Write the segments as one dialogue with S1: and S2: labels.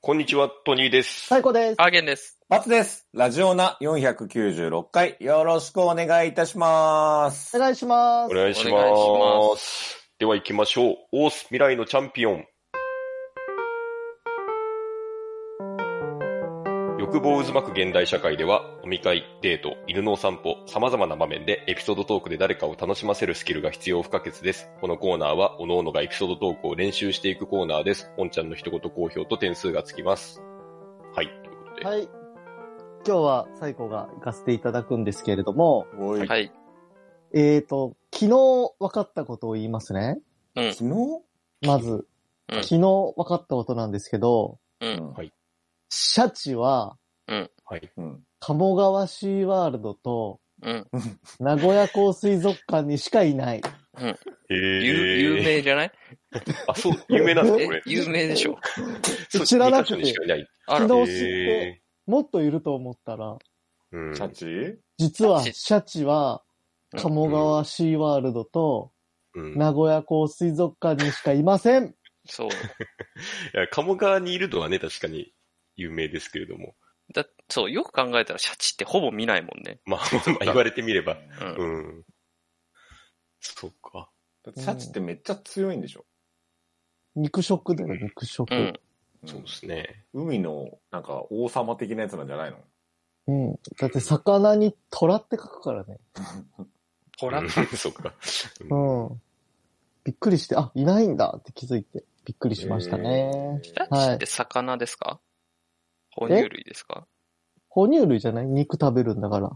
S1: こんにちは、トニーです。
S2: 最高です。
S3: アーゲンです。
S4: 松です。ラジオナ496回、よろしくお願いいたします
S2: お。願いしま
S1: お
S2: す。
S1: 願いし
S3: お願いし
S1: ま。
S3: ます
S1: では行きましょう。オース未来のチャンピオン。欲望渦巻く現代社会では、飲み会、デート、犬のお散歩、様々な場面でエピソードトークで誰かを楽しませるスキルが必要不可欠です。このコーナーは、各々がエピソードトークを練習していくコーナーです。本ちゃんの一言好評と点数がつきます。はい、ということで。
S2: はい。今日は最高が行かせていただくんですけれども、
S4: おい、昨
S3: はい。
S2: えーと、昨日分かったことを言いますね。
S4: 日
S2: まず、
S3: うん
S2: 昨日分かったことなんですけど、
S3: うん。
S2: シャチは、
S1: はい。
S4: うん。
S2: 鴨川シーワールドと、
S3: うん。
S2: 名古屋港水族館にしかいない。
S1: え
S3: 有有名じゃない
S1: あ、そう、有名なんです
S3: え
S1: か、これ。
S3: 有名でしょ
S1: そう
S2: 知らなくて
S1: 二箇所にしかいない。
S3: あら
S2: 昨。
S1: へ
S2: 日知って、もっといると思ったら、
S1: ーうん
S4: シャチ
S2: 実は
S3: シャチ
S2: シャチは、鴨川シーワールドと、
S1: うん
S2: 名古屋港水族館にしかいません。
S3: そう。
S1: いや、鴨川にいるのはね、確かに有名ですけれども。
S3: だ、そう、よく考えたらシャチってほぼ見ないもんね。
S1: まあ、まあまあ言われてみれば。
S3: う。
S1: うんん。そうか。
S4: だってシャチってめっちゃ強いんでしょ、
S2: 肉食だよ、肉食。
S3: うん。
S1: そうですね。
S4: 海の、なんか、王様的なやつなんじゃないの
S2: うん。だって魚に虎って書くからね。
S3: ほら
S1: うん。 そうか。うん
S2: うん。びっくりして、あ、いないんだって気づいて、びっくりしましたね。
S3: シャチって魚ですか哺乳類ですか
S2: 哺乳類じゃない肉食べるんだから。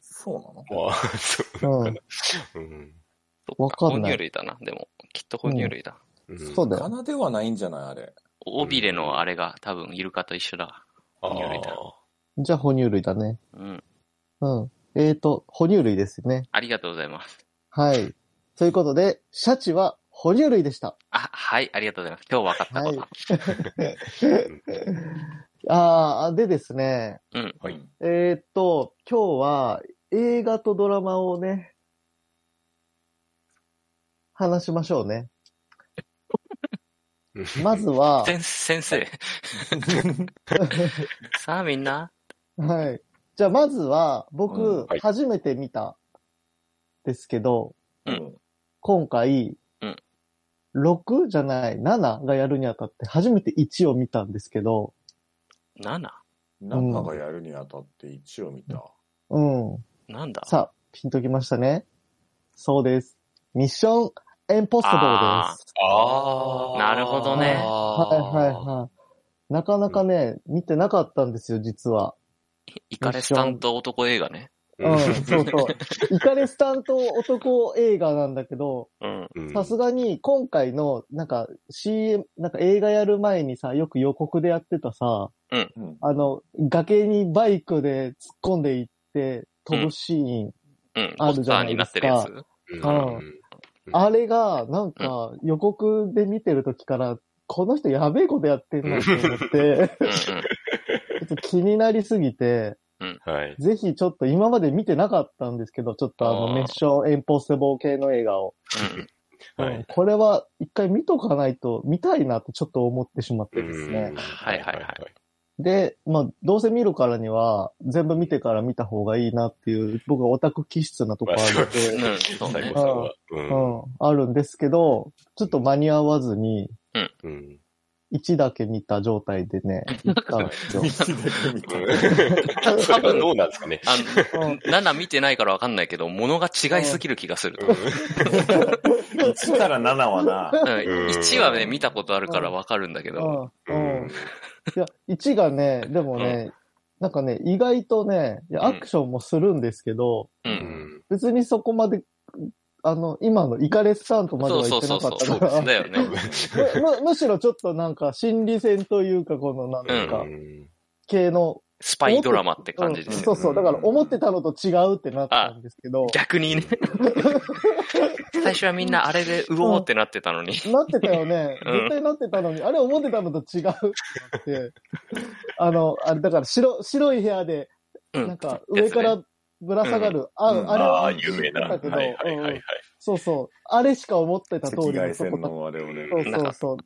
S4: そうなの
S1: まあ、そう
S2: う
S1: なの
S2: ん
S1: かな。うん。
S3: そっ
S2: わかんない
S3: 哺乳類だな、でも。きっと哺乳類だ。
S1: うん
S2: そうだよ。
S4: 魚ではないんじゃないあれ。
S3: 尾びれのあれが多分イルカと一緒だ。
S1: あ
S3: 哺乳類だ
S2: じゃあ哺乳類だね。
S3: うん。
S2: うん。えーと、哺乳類ですね。
S3: ありがとうございます。
S2: はい。ということで、シャチは哺乳類でした。
S3: あ、はい、ありがとうございます。今日分かったこと。
S2: は
S1: ー
S2: あー、でですね、
S1: はい
S4: うん。
S2: えーと、今日は映画とドラマをね、話しましょうね。
S1: うん
S2: まず は、
S3: 先先生。さあみんな。
S2: はい。じゃあ、まずは、僕、
S4: うん
S1: はい
S2: 初めて見た、ですけど、
S3: うん
S4: うん
S2: 今回、
S3: うん
S2: 6じゃない、7がやるにあたって、初めて1を見たんですけど、
S3: 7?
S4: なんかがやるにあたって一を見た。
S2: うん。
S3: なんだ
S2: さあ、ピンときましたね。そうです。ミッション、エンポッシブル
S3: あ
S2: です。
S1: あー
S3: なるほどね
S2: はいはいはい。なかなかね、見てなかったんですよ、実は。
S3: イカレスタント男映画ね。
S2: う
S1: うん
S2: ん、そうそう。イカレスタント男映画なんだけど、
S3: うん。
S1: うん
S2: さすがに今回の、なんか CM、なんか映画やる前にさ、よく予告でやってたさ、
S4: うん。
S2: あの、崖にバイクで突っ込んでいって飛ぶシーン。
S3: うん。
S2: あ
S3: ポ
S2: る
S3: ス
S2: じ
S3: タ
S2: ゃ
S3: ー
S2: ないですか
S3: になってるやつ。
S1: うん
S2: あれが、なんか予告で見てる時から、この人やべえことやってんなと思 って、
S3: うんうん。
S2: ちょっと気になりすぎて、
S1: はい。
S2: ぜひちょっと今まで見てなかったんですけど、ちょっとあ
S3: あ
S2: の、
S3: ー
S2: メッションエンポッセボー系の映画を。
S3: うん
S1: は
S2: うん
S1: い。
S2: これは一回見とかないと、見たいなってちょっと思ってしまってですね。
S1: うん
S3: はいはいはい
S2: で、まあ、どうせ見るからには、全部見てから見た方がいいなっていう、僕はオタク気質なとこあるん
S3: う
S2: で、
S3: ん。そう
S1: 最
S3: ね
S1: 後。さんは。う
S2: うんん、あるんですけど、ちょっと間に合わずに、
S1: うん。
S2: 1だけ見た状態で ね、行ったんですよ。
S1: それはどうなんですかね。
S3: あの、7見てないからわかんないけど、物が違いすぎる気がする。
S1: うん
S4: 1から7 はな。
S3: うん。1はね、見たことあるからわかるんだけど。
S2: う、
S1: うん
S2: うんん。いや、1がね、でもね、なんかね、意外とね、いやアクションもするんですけど、
S3: う。
S1: うんん
S2: 別にそこまで、あの、今のイカレスタントまで
S3: そ
S2: は
S3: う
S2: 行
S3: そ
S2: っ
S3: う
S2: て
S3: そう
S2: なか
S3: そ
S2: った
S3: う。そう
S2: か
S3: だ
S2: ら、
S3: よね。
S2: む むむしろちょっとなんか心理戦というか、このなんていうか、
S1: うん
S2: 系の
S3: スパイドラマって感じです
S2: そ
S3: よ
S2: う
S3: ね。
S2: そう。だから思ってたのと違うってなったんですけど、
S3: 逆にね。最初はみんなあれでうおーってなってたのに。
S2: なってたよね。
S3: うん
S2: 絶対なってたのに、あれ思ってたのと違うってなって、あの、あれだから白、白い部屋で、
S3: う
S2: なん
S3: ん。
S2: か上からぶら下がる、あ
S4: うん
S2: あれ
S1: あ
S2: は
S1: あ、有名な。はいはいはいはい。
S2: そうそう。あれしか思ってた
S4: 赤
S2: 通りの
S4: 外
S2: と
S4: 線
S2: こ
S4: のあれを
S2: だ
S4: ね。
S2: そうそうそう。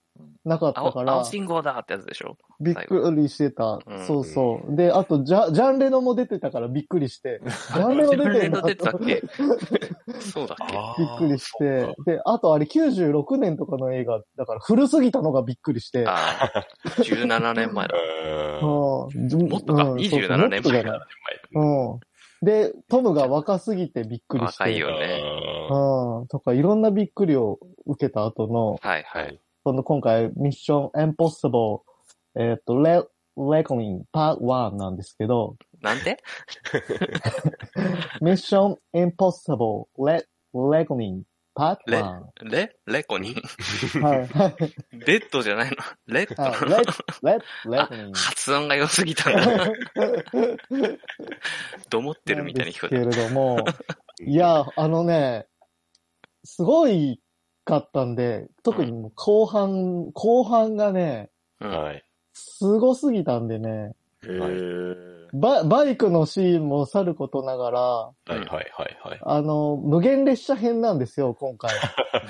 S2: なかった
S3: 青
S2: か
S3: 青
S2: ら、
S3: 信号だってやつでしょ。
S2: びっくりしてた
S3: うん。
S2: そうそう。で、あと、ジャ、ジャンレノも出てたからびっくりして。ジャンレノ出てんだ
S3: あジャンレ そうだっけ
S2: びっくりして。で、あとあれ96年とかの映画だから古すぎたのがびっくりして。
S3: ああ、17年前だ。
S1: も
S2: も
S3: もっとか、27年前だ。
S2: うん。で、トムが若すぎてびっくりして。
S3: 若いよ
S2: うん。とか、いろんなびっくりを受けた後の、
S3: はいはい。
S2: その今回、ミッションインポッシブル、えっ、と、レ、レコリンパート1なんですけど、
S3: なんで
S2: ミッションインポッシブル、レ、レコリンパート
S3: レ
S2: 1。
S3: レレコに
S2: はい。はい。
S3: レッドじゃないのレッド
S2: はい
S3: なの
S2: レ、レ、レ
S3: あ
S2: コリン。
S3: 発音が良すぎたな。どもってるみたいに聞こえ
S2: ですけれども、 いや、あのね、すごいかったんで、特にもう後半、後半がね、
S3: た。うん
S1: はい。
S2: すごすぎたんでね、
S4: へー
S2: ババイクのシーンもさることながら、
S1: はいはいはいはい。
S2: あの、無限列車編なんですよ、今 回。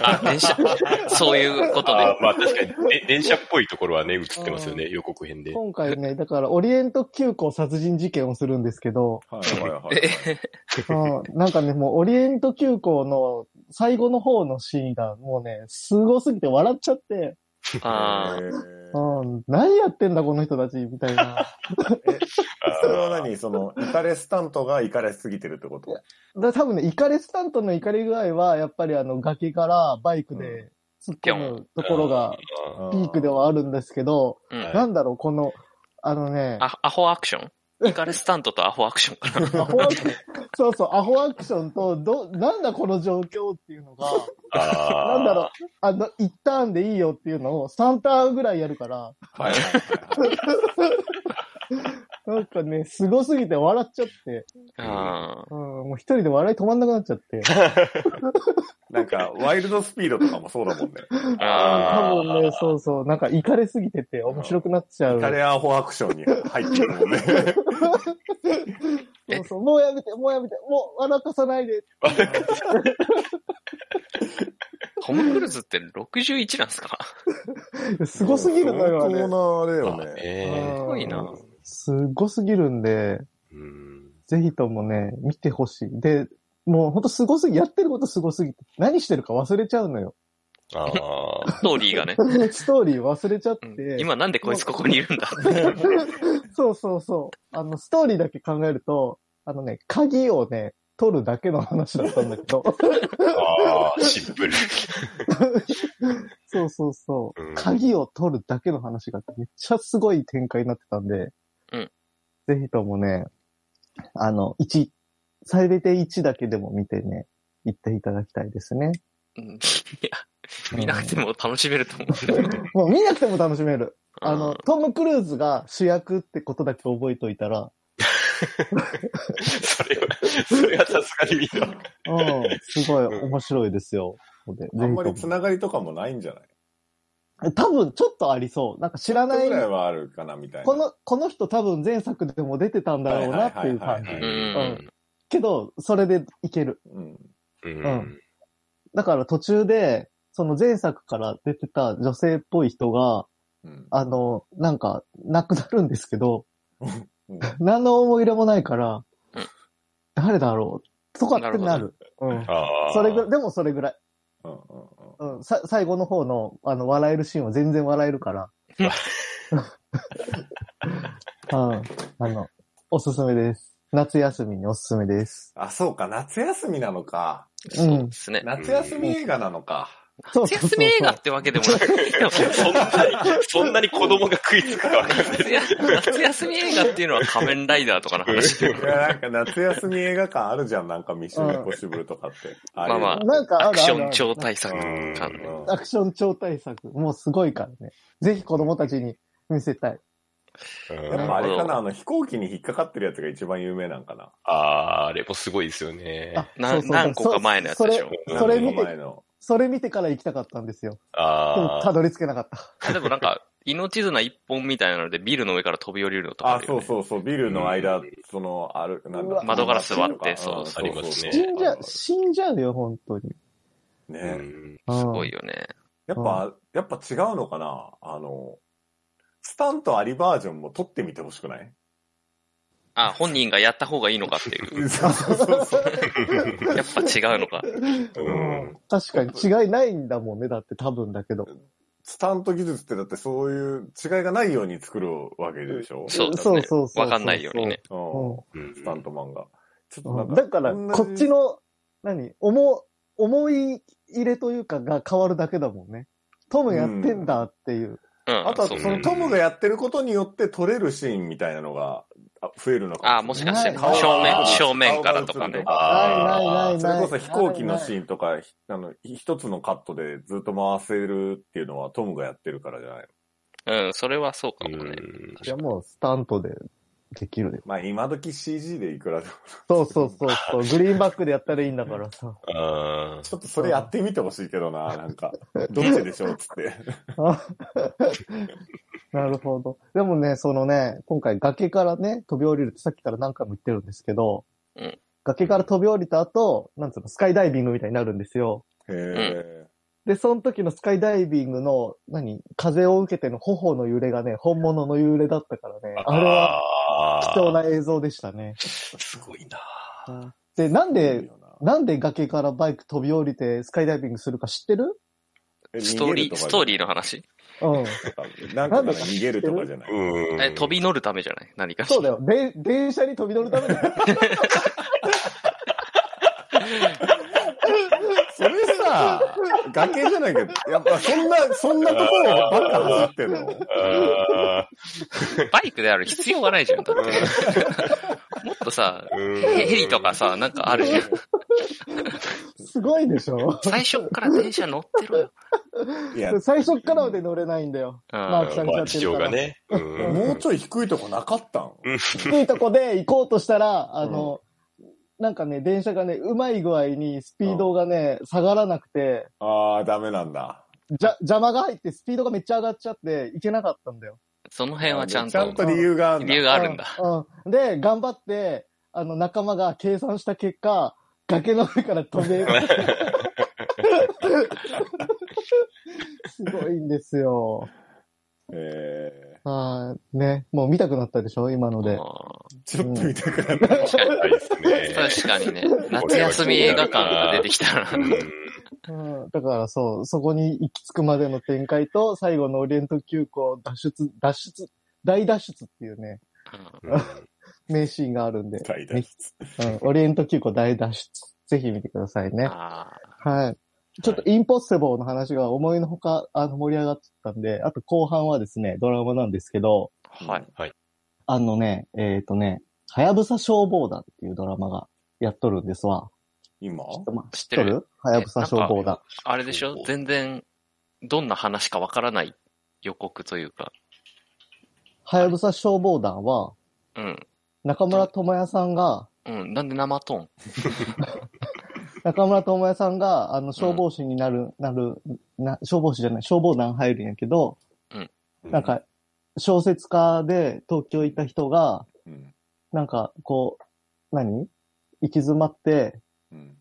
S3: あ、電車。 そういうこと
S1: あ
S3: ね。
S1: ーまあ確かに、で電車っぽいところはね、映ってますよね、予告編で。
S2: 今回ね、だから、オリエント急行殺人事件をするんですけ ど、
S4: はいはいはい。
S3: え
S2: うんなんかね、もうオリエント急行の最後の方のシーンが、もうね、すごすぎて笑っちゃって、
S3: ああ、
S4: へー
S2: うん、何やってんだこの人たち、みたいな。
S4: それは何その、イカレスタントがイカレスすぎてるってこと
S2: だ多分ね、イカレスタントのイカレ具合は、やっぱりあの、崖からバイクで突っ込むところが、
S1: あ
S2: ピークではあるんですけど、
S3: うん
S1: はい
S2: なんだろう、この、あのね、
S3: あアホアクションイカレスタントとアホアクションかな。
S2: アホアクション、 そうそう、アホアクションと、ど、なんだこの状況っていうのが、
S1: ーあー。
S2: なんだろう、あの、1ターンでいいよっていうのを3ターンぐらいやるから、
S4: はいはいはいはい。
S2: なんかね、すごすぎて笑っちゃって、
S3: あ
S2: うん、もう一人で笑い止まんなくなっちゃって、
S4: なんか、ワイルドスピードとかもそうだ もんね。
S3: ーあ
S2: 多分ね、そうそう、なんか、イカれすぎてて面白くなっちゃう。
S4: イカレアホアクションに入ってるもんね。
S2: そうそう、もうやめて、もうやめて、もう笑かさないで。
S3: ー。トム・クルーズって61なんですか
S2: すごすぎるのよ、あ
S4: 相
S2: れ。
S4: 当なあれよ
S1: まあ
S4: ね。
S1: ね
S2: す
S3: ごいな。
S2: すごすぎるんで、
S1: うん
S2: ぜひともね、見てほしい。で、もうほんとすごすぎ、やってることすごすぎて、何してるか忘れちゃうの よ。
S1: ああ。
S3: ストーリーがね。
S2: ストーリー忘れちゃって。
S3: うん今なんでこいつここにいるんだ
S2: そうそうそう。あの、ストーリーだけ考えると、あのね、鍵をね、取るだけの話だったんだけど。
S1: ああ、シンプル。
S2: そうそうそう、
S1: うん
S2: 鍵を取るだけの話がめっちゃすごい展開になってたんで、
S3: うん
S2: ぜひともね、あの、1、最大で1だけでも見てね、行っていただきたいですね。
S3: うんいや、見なくても楽しめると思うけど。
S2: もう見なくても楽しめる。あの、トム・クルーズが主役ってことだけ覚えといたら、
S1: それは、それはさすがに見た。
S2: うん、すごい面白いですよ。で
S4: あんまり
S2: ぜひと
S4: つながりとかもないんじゃない
S2: も多分ちょっとありそう。なんか知ら
S4: そ
S2: な
S4: れ
S2: い
S4: ぐ、らいはあるかなみたいな。
S2: この、この人多分前作でも出てたんだろうなっていう
S4: はいは
S2: 感
S4: いは
S2: じ
S4: いは。い
S3: うん。
S2: けど、それでいける。
S4: うん。
S1: うん。
S2: だから途中で、その前作から出てた女性っぽい人が、
S4: うん。
S2: あの、なんか、亡くなるんですけど、
S4: うん
S2: 何の思い入れもないから
S3: うん、
S2: 誰だろうとかってな
S3: な
S2: る。うん。
S1: ああ。
S2: それぐらい、でもそれぐらい。
S4: うんうん
S2: うん。さ、最後の方の、あの、笑えるシーンは全然笑える から。うん。あの、おすすめです。夏休みにおすすめです。
S4: あ、そうか、夏休みなのか。
S3: そうですね。
S4: 夏休み映画なのか。
S2: そう
S3: 夏休み映画ってわけでもない。でも
S1: そんなに、そんなに子供が食いつくかわかんない。
S3: いや夏休み映画っていうのは仮面ライダーとかの話。
S4: いや、なんか夏休み映画館あるじゃん、なんかミッションインポッシブルとかって。
S3: まあまあ
S2: なんかあるあるある
S3: アクション超大作感ね。
S4: うん
S2: アクション超大作。もうすごいからね。ぜひ子供たちに見せたい。
S4: やっぱあれか
S3: なるほど
S4: な、あの飛行機に引っかかってるやつが一番有名なんかな。
S1: ああ、あれもすごいですよね。
S2: あ
S3: な何個か前のやつでしょ
S2: そそれ
S4: 何
S2: 見
S4: 年前
S2: て、
S4: の。
S2: それ見てから行きたかったんですよ。でも、
S1: あ
S2: たどり着けなかった。
S3: でもなんか、命綱一本みたいなのでビルの上から飛び降りるのとか
S4: あ
S3: る、よ
S4: そ
S3: ね
S4: うそうそう、ビルの間、その、ある、なん
S2: う
S4: だ
S2: わ
S3: 窓ガラス割って
S4: ん
S3: そうそう
S1: ありますね
S2: 死んじゃ、死んじゃうよ、本当に。
S1: う
S4: ね、
S1: ん。
S3: す
S2: うん
S3: ごいよね。
S4: やっぱ、やっぱ違うのかなあの、スタンとアリバージョンも撮ってみてほしくない
S3: あ、本人がやった方がいいのかっていう。
S4: そうそうそうそう。
S3: やっぱ違うのか。
S1: うん
S2: 確かに違いないんだもんね。だって多分だけど。
S4: スタント技術ってだってそういう違いがないように作るわけでしょ、
S3: そうだ
S2: そ
S3: ね
S2: うそうそう。。そう
S3: わかんないようにね。。
S4: うん
S2: う
S1: うん
S4: スタントマンが。ちょっと
S2: ん
S4: な
S2: うんん。
S4: か。
S2: だから、
S4: 同じ
S2: こっちの、何思、思い入れというかが変わるだけだもんね。トムやってんだっていう。
S3: うん。
S4: あとは
S3: そ
S4: そう
S1: ね
S4: のトムがやってることによって撮れるシーンみたいなのがあ増えるのか
S3: あ、もしかして、
S2: 顔が
S3: 正面
S2: 顔、が
S3: 正面からとかね。
S2: ないないないない。
S4: それこそ飛行機のシ
S2: ーン。
S4: ーンとか、ひあの、一つのカットでずっと回せるっていうのはトムがやってるからじゃない
S3: うん、それはそうか
S1: う
S3: もね。
S1: ん
S2: いや、もうスタントでできるよ。
S4: まあ今時 CG でいくらでも。
S2: そうそうそうそう。グリーンバックでやったらいいんだからさ。
S1: あ
S4: ちょっとそれやってみてほしいけど な、なんか。どっちでしょうっつ って。
S2: あなるほど。でもね、そのね、今回崖からね、飛び降りるってさっきから何回も言ってるんですけど、
S3: うん
S2: 崖から飛び降りた後、なんつうの、スカイダイビングみたいになるんですよ。
S4: へえ。
S2: で、その時のスカイダイビングの、何、風を受けての頬の揺れがね、本物の揺れだったからね、あれは
S1: は
S2: 貴重な映像でしたね。
S1: すごいな。
S2: で、なん
S4: いい
S2: で、
S4: よな
S2: なんで崖からバイク飛び降りてスカイダイビングするか知ってる
S4: え
S3: ストーリー、ストーリーの話。
S2: うん。
S4: ー。なんかから逃げるとかじゃない。
S1: うん。
S3: え、飛び乗るためじゃない何かしら
S2: そうだよ。で、電車に飛び乗るため だよ。
S4: それ さ、崖じゃないけど、やっぱそんな、そんなところばっか走ってんの
S1: あ
S3: バイクである必要がないじゃん。だってもっとさ、
S1: ーうん
S3: ヘヘリとかさ、なんかあるじゃん。
S2: すごいでしょ
S3: 最初から電車乗ってろよ。
S4: いや、
S2: 最初っからまで乗れないんだよ。
S3: うん
S2: まあ
S1: まあ、事情がね。う。
S4: もうんちょい低いとこなかったん
S2: 低いとこで行こうとしたら、あの、なんかね、電車がね、うまい具合にスピードがね、下がらなくて、
S4: ああ、ダメなんだ。
S2: じゃ、邪魔が入ってスピードがめっちゃ上がっちゃって、行けなかったんだよ。
S3: その辺はちゃん
S4: ちゃん
S3: と
S4: と理由があるん
S3: 理
S4: だ
S3: 由。があるんだ。
S2: うん。うん。で、頑張って、あの、仲間が計算した結果、崖の上から飛 べる。 すごいんですよ。
S4: え
S2: はい。ね。もう見たくなったでしょ今ので。
S3: あ
S4: ーちょっと見たくなった。
S3: ー確かに
S1: ないですね。
S3: 確 かにね、夏休み映画館が出てきたら、
S2: うん、だからそう、そこに行き着くまでの展開と、最後のオリエント急行脱出、脱出、大脱出っていうね、名シーンがあるんで、
S4: 大体
S2: うん、オリエント急行大脱出、ぜひ見てください
S3: うん
S2: ね。
S3: あ
S2: はい。ちょっとインポッシブルの話が思いのほか、あの、盛り上がってたんで、あと後半はですね、ドラマなんですけど、
S3: ーはい。
S2: あのね、えっ、とね、はやぶさ消防団っていうドラマがやっとるんですわ。
S4: 今
S2: ちょっとまあ
S3: 知
S2: 知
S3: っ
S2: ってて
S3: る
S2: るはやぶさ消防団。
S3: あれでしょ全然、どんな話かわからない予告というか。
S2: はやぶさ消防団は、
S3: うん。
S2: 中村智也さんが、
S3: うん。なんで生トーン
S2: 中村智也さんが、あの、消防士になる、なる、な、消防士じゃない、消防団入るんやけど、なん、か、小説家で東京行った人が、
S4: うん
S2: なんか、こう、何行き詰まって、
S4: うん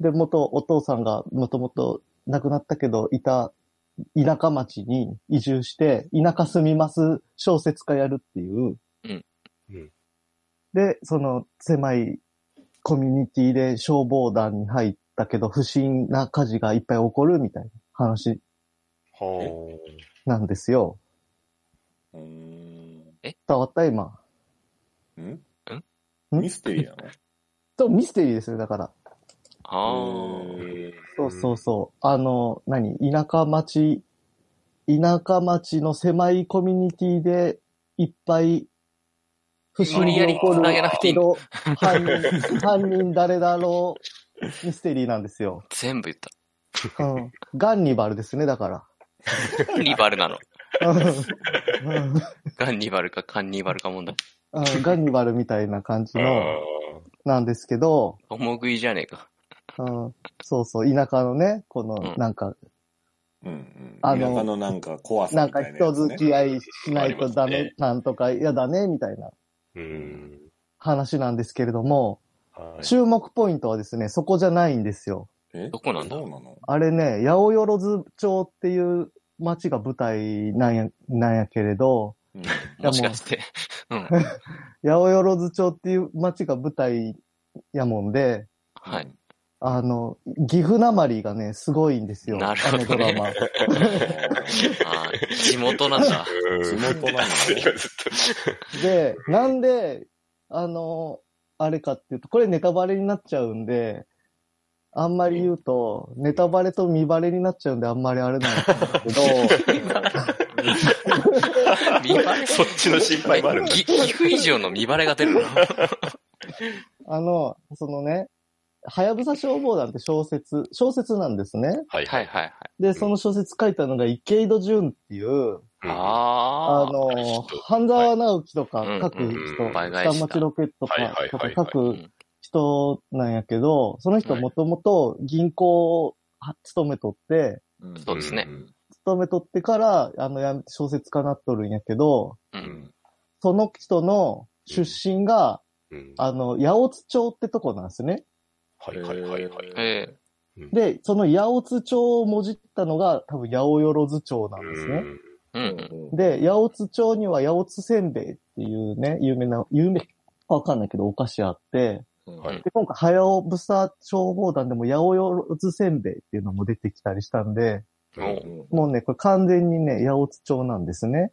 S2: で、元、お父さんがもともと亡くなったけど、いた田舎町に移住して、田舎住みます小説家やるっていう。
S3: うん
S1: うん
S2: で、その狭いコミュニティで消防団に入ったけど、不審な火事がいっぱい起こるみたいな話
S1: は
S2: なんですよ。
S4: うーん
S2: 伝わった今。
S4: うん
S2: ん
S4: ミステリーなの
S2: とミステリーですよ、だから。
S3: あ
S4: へ
S2: そうそうそう。あの、何田舎町、田舎町の狭いコミュニティでいっぱい不審に起こ
S3: 無理
S2: る
S3: やり繋げなくていい
S2: けど、犯人、犯人誰だろうミステリーなんですよ
S3: ー。全部言った。
S2: うん。ガンニバルですね、だから。
S3: カンニバルなの。
S2: うんうん
S3: ガンニバルかカンニバルか問題。
S2: うんガンニバルみたいな感じ
S1: あ。
S2: の、なんですけど、
S3: 重食いじゃねえか。
S2: うん、そうそう、田舎のね、こ
S3: うん
S2: の、なんか、
S4: ーうんうん
S2: あ
S4: 田
S2: の
S4: 舎のなんか怖さ
S2: なん
S4: みた
S2: か
S4: いなやつね。
S2: 人付き合いしないとダ
S1: あり
S2: メ
S1: ま、
S2: なんとか嫌だね、みたいな
S1: うん。
S2: 話なんですけれども、
S1: はい
S2: 注目ポイントはですね、そこじゃないんですよ。
S4: え
S3: どこなんだ
S4: どうなの
S2: あれね、八百万町っていう町が舞台なんや、なんやけれど、
S4: うん
S2: やもう
S3: もし かして。うん。
S2: 八百万町っていう町が舞台やもんで、
S3: はい。
S2: あの、岐阜なまりがね、すごいんですよ。
S3: なるほどね
S2: あのドラマ。
S4: あー
S3: あー地元なんだ。
S4: 地
S1: 地
S4: 元なのね
S1: 今ずっと。
S2: で、なんで、あの、あれかっていうと、これネタバレになっちゃうんで、あんまり言うと、ネタバレと見バレになっちゃうんで、あんまりあれなんですけ
S4: うん
S3: 見バ レ
S1: そっちの心配もあるんだ。
S3: ぎ岐阜以上の見バレが出るな。
S2: ど、あの、そのね、はやぶさ消防団って小説、小説なんですね。
S1: はい
S3: はいはい。はい。
S2: で、その小説書いたのが池井戸潤っていう、あ
S3: ああ。
S1: あの
S2: の
S1: 人、
S2: 半沢直樹とか書く
S1: うんうん
S2: 人、
S1: 倍
S3: 返
S2: 下
S3: しだ
S2: 町ロケット
S1: はいはいはい
S2: かと
S1: は
S2: か
S1: い
S2: 書く人なんやけど、その人もともと銀行をは勤めとって、
S4: うん
S3: そうですね。
S2: 勤めとってから、あの、や小説家なっとるんやけど、
S3: う
S4: うん
S3: ん。
S2: その人の出身が、
S1: うん
S2: あの、八百津町ってとこなんですね。
S1: はいはいはいはい。
S3: ええ
S2: で、その八百津町をもじったのが、多分八百万町なんですね。
S3: うんうん。
S4: うん
S2: で、八百津町には八百津せんべいっていうね、有名な、有名かわかんないけどお菓子あって、
S4: うん
S1: はい
S2: で、今回、はやぶさ消防団でも、八百万せんべいっていうのも出てきたりしたんで、
S1: うんうん
S2: もうね、これ完全にね、八百津町なんですね。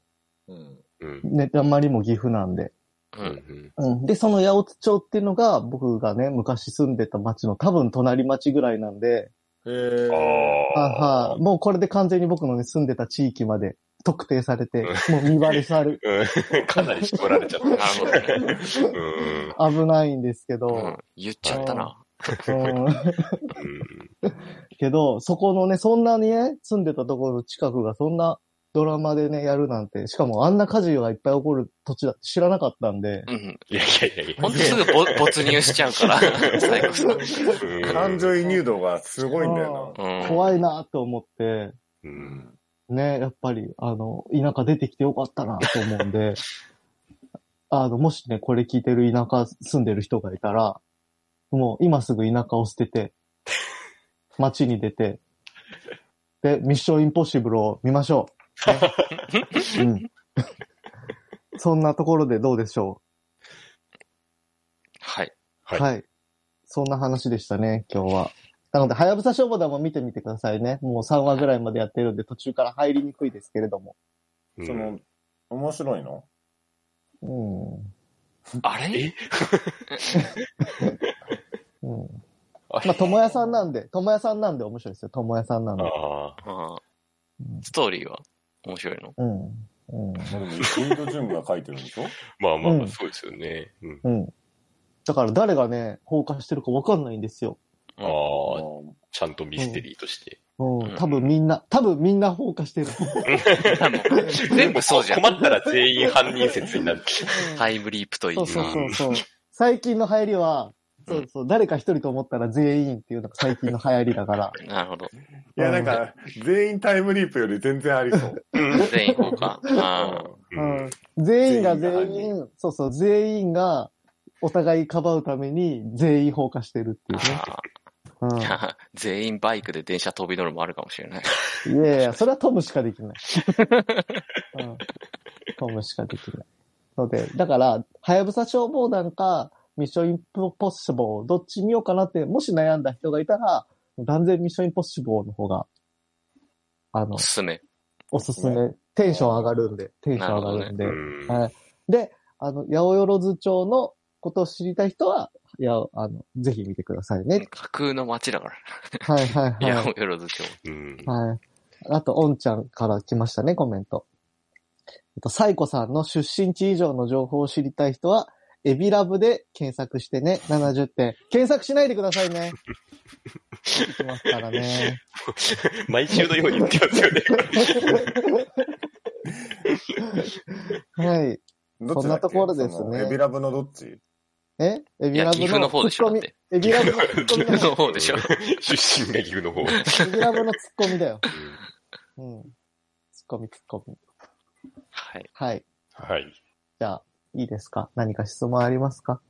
S4: うん
S1: うん
S2: ね、あんまりも岐阜なんで。
S1: う
S3: う。
S1: んん
S2: うん。で、その八百津町っていうのが、僕がね、昔住んでた町の多分隣町ぐらいなんで、
S4: へ
S1: うん
S4: ー
S2: は
S1: あ
S2: いはい。もうこれで完全に僕のね、住んでた地域まで特定されて、もう見バレされる。
S1: あ。うん かなり絞られちゃった。
S3: なるほどね。
S1: うん
S2: 危ないんですけど、
S3: うん。言っちゃったな。
S2: うん
S1: うん
S2: けど、そこのね、そんなにね、住んでたところの近くがそんなドラマでね、やるなんて、しかもあんな火事がいっぱい起こる土地だって知らなかったんで、
S3: うん。
S1: いやいやいやいや
S3: ほんとすぐぼ没入しちゃうか ら、最後さ。
S1: うん
S4: 感情移入度がすごいんだよ
S3: うん。
S2: 怖いなと思って、
S1: う
S4: な。
S1: ん
S2: ね、やっぱり、あの、田舎出てきてよかったなと思うんで、 あの、もしね、これ聞いてる田舎住んでる人がいたら、もう今すぐ田舎を捨てて、街に出て、で、ミッションインポッシブルを見ましょう。ねうん、 そんなところでどうでしょ
S3: はい。
S2: う、
S1: はい
S2: そんな話でしたね、今日は。なので、はやぶさ消防団も見てみてくださいね。もう3話ぐらいまでやってるんで、途中から入りにくいですけれども。
S1: うん
S4: その、面白いの
S2: うん
S3: あれ
S1: え
S2: うん
S1: あれ
S2: まあ、友也さんなんで、友也さんなんで面白いですよ、友也さんなんで。
S1: ああ。
S3: うん
S2: うん
S3: ストーリーは面白い の
S2: うん。うん。
S4: でも、インドジュンが書いてるんでしょ
S1: まあ
S2: う
S1: まあ、
S2: ん
S1: そうですよね。うん
S2: うん。だから誰がね、放火してるかわかんないんですよ。
S1: ああ、ちゃんとミステリーとして。
S2: うん。多分みんな、多分みんな放火してる。
S3: 全部そうじゃん。
S1: 困ったら全員犯人説になる。
S3: タイムリープといい
S2: そ
S3: な
S2: うそうそうそう。最近の流行りは、そうそう、誰か一人と思ったら全員っていうのが最近の流行りだから。
S3: なるほど。
S4: いや、なんか、全員タイムリープより全然ありそう。
S3: 全員行こうか。あ
S1: う
S2: うんん。全員が
S4: 全
S2: 全
S4: 員
S2: 員、そうそう、全員が、お互いかばうために全員放火してるっていうね。
S3: あ
S2: うん。
S3: ー。全員バイクで電車飛び乗るもあるかもしれない。
S2: いやいや、それはトムしかできない。うん、トムしかできない。ので、だから、はやぶさ消防団か、ミッションインポッシブル、どっち見ようかなって、もし悩んだ人がいたら、断然ミッションインポッシブルの方が、あの
S3: お、すすめ。
S2: おすすめ。テンション上がるんで、テンション上がるんで。
S1: うん
S2: はい。で、あの、八百万町のことを知りたい人は、いや、あの、ぜひ見てくださいね。
S3: 架空の街だから。
S2: はいはいはいい。
S3: や、よろずちょ。
S1: うん
S2: はい。あと、おんちゃんから来ましたね、コメント。えっと、サイコさんの出身地以上の情報を知りたい人は、エビラブで検索してね、70点。検索しないでくださいね。いきますからね。
S1: 毎週のように言ってますよね。
S2: はい。
S4: どっ
S2: そん
S4: ちだっけ
S2: なところですね
S4: そのエビラブのどっち
S2: えエ
S3: い
S2: ビ
S3: や、
S2: ラ
S3: 岐
S2: ブ
S3: 阜の
S2: のツ
S3: 方
S2: ッコ
S3: でしょ、だ
S2: ミ。
S3: って。
S2: エビラブのツッコ
S3: 岐
S2: ミだ
S3: 阜
S2: よ
S3: の方でしょ。
S1: 出身が岐阜 の方。
S2: エビラブのツッコミだよ。うん。ツッコミ、ツッコミ。
S3: はい。
S2: はい。
S1: はい。
S2: じゃあ、いいですか何か質問ありますか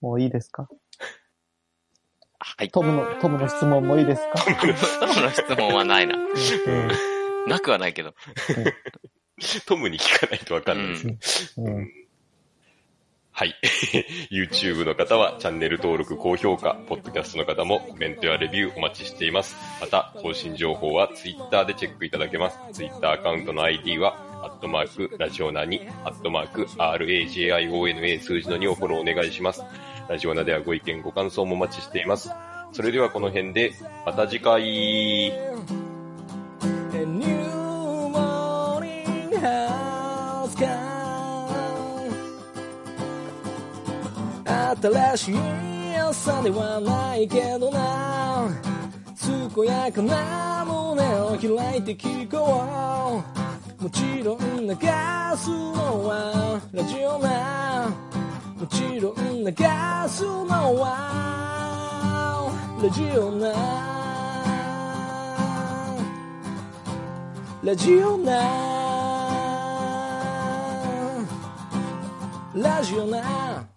S2: もういいですか
S3: はい。
S2: ト
S3: ト
S2: ムの、トムの質問もいいですか
S3: ムの質問はないな。
S2: うん
S3: なくはないけど。
S1: トムに聞かないとわか
S3: うん
S1: ないです。
S3: ん。
S2: うん。
S1: はい。YouTube の方はチャンネル登録、高評価、ポッドキャストの方もコメントやレビューお待ちしています。また、更新情報は Twitter でチェックいただけます。Twitter アカウントの ID は、アットマーク、ラジオナに、アットマーク、RAJIONA 数字の2をフォローお願いします。ラジオナではご意見、ご感想もお待ちしています。それではこの辺で、また次回。
S5: A new morning has come 新しい朝ではないけどな健やかな胸を開いて聞こうもちろん流すのはラジオなもちろん流すのはラジオなラジオなラジオな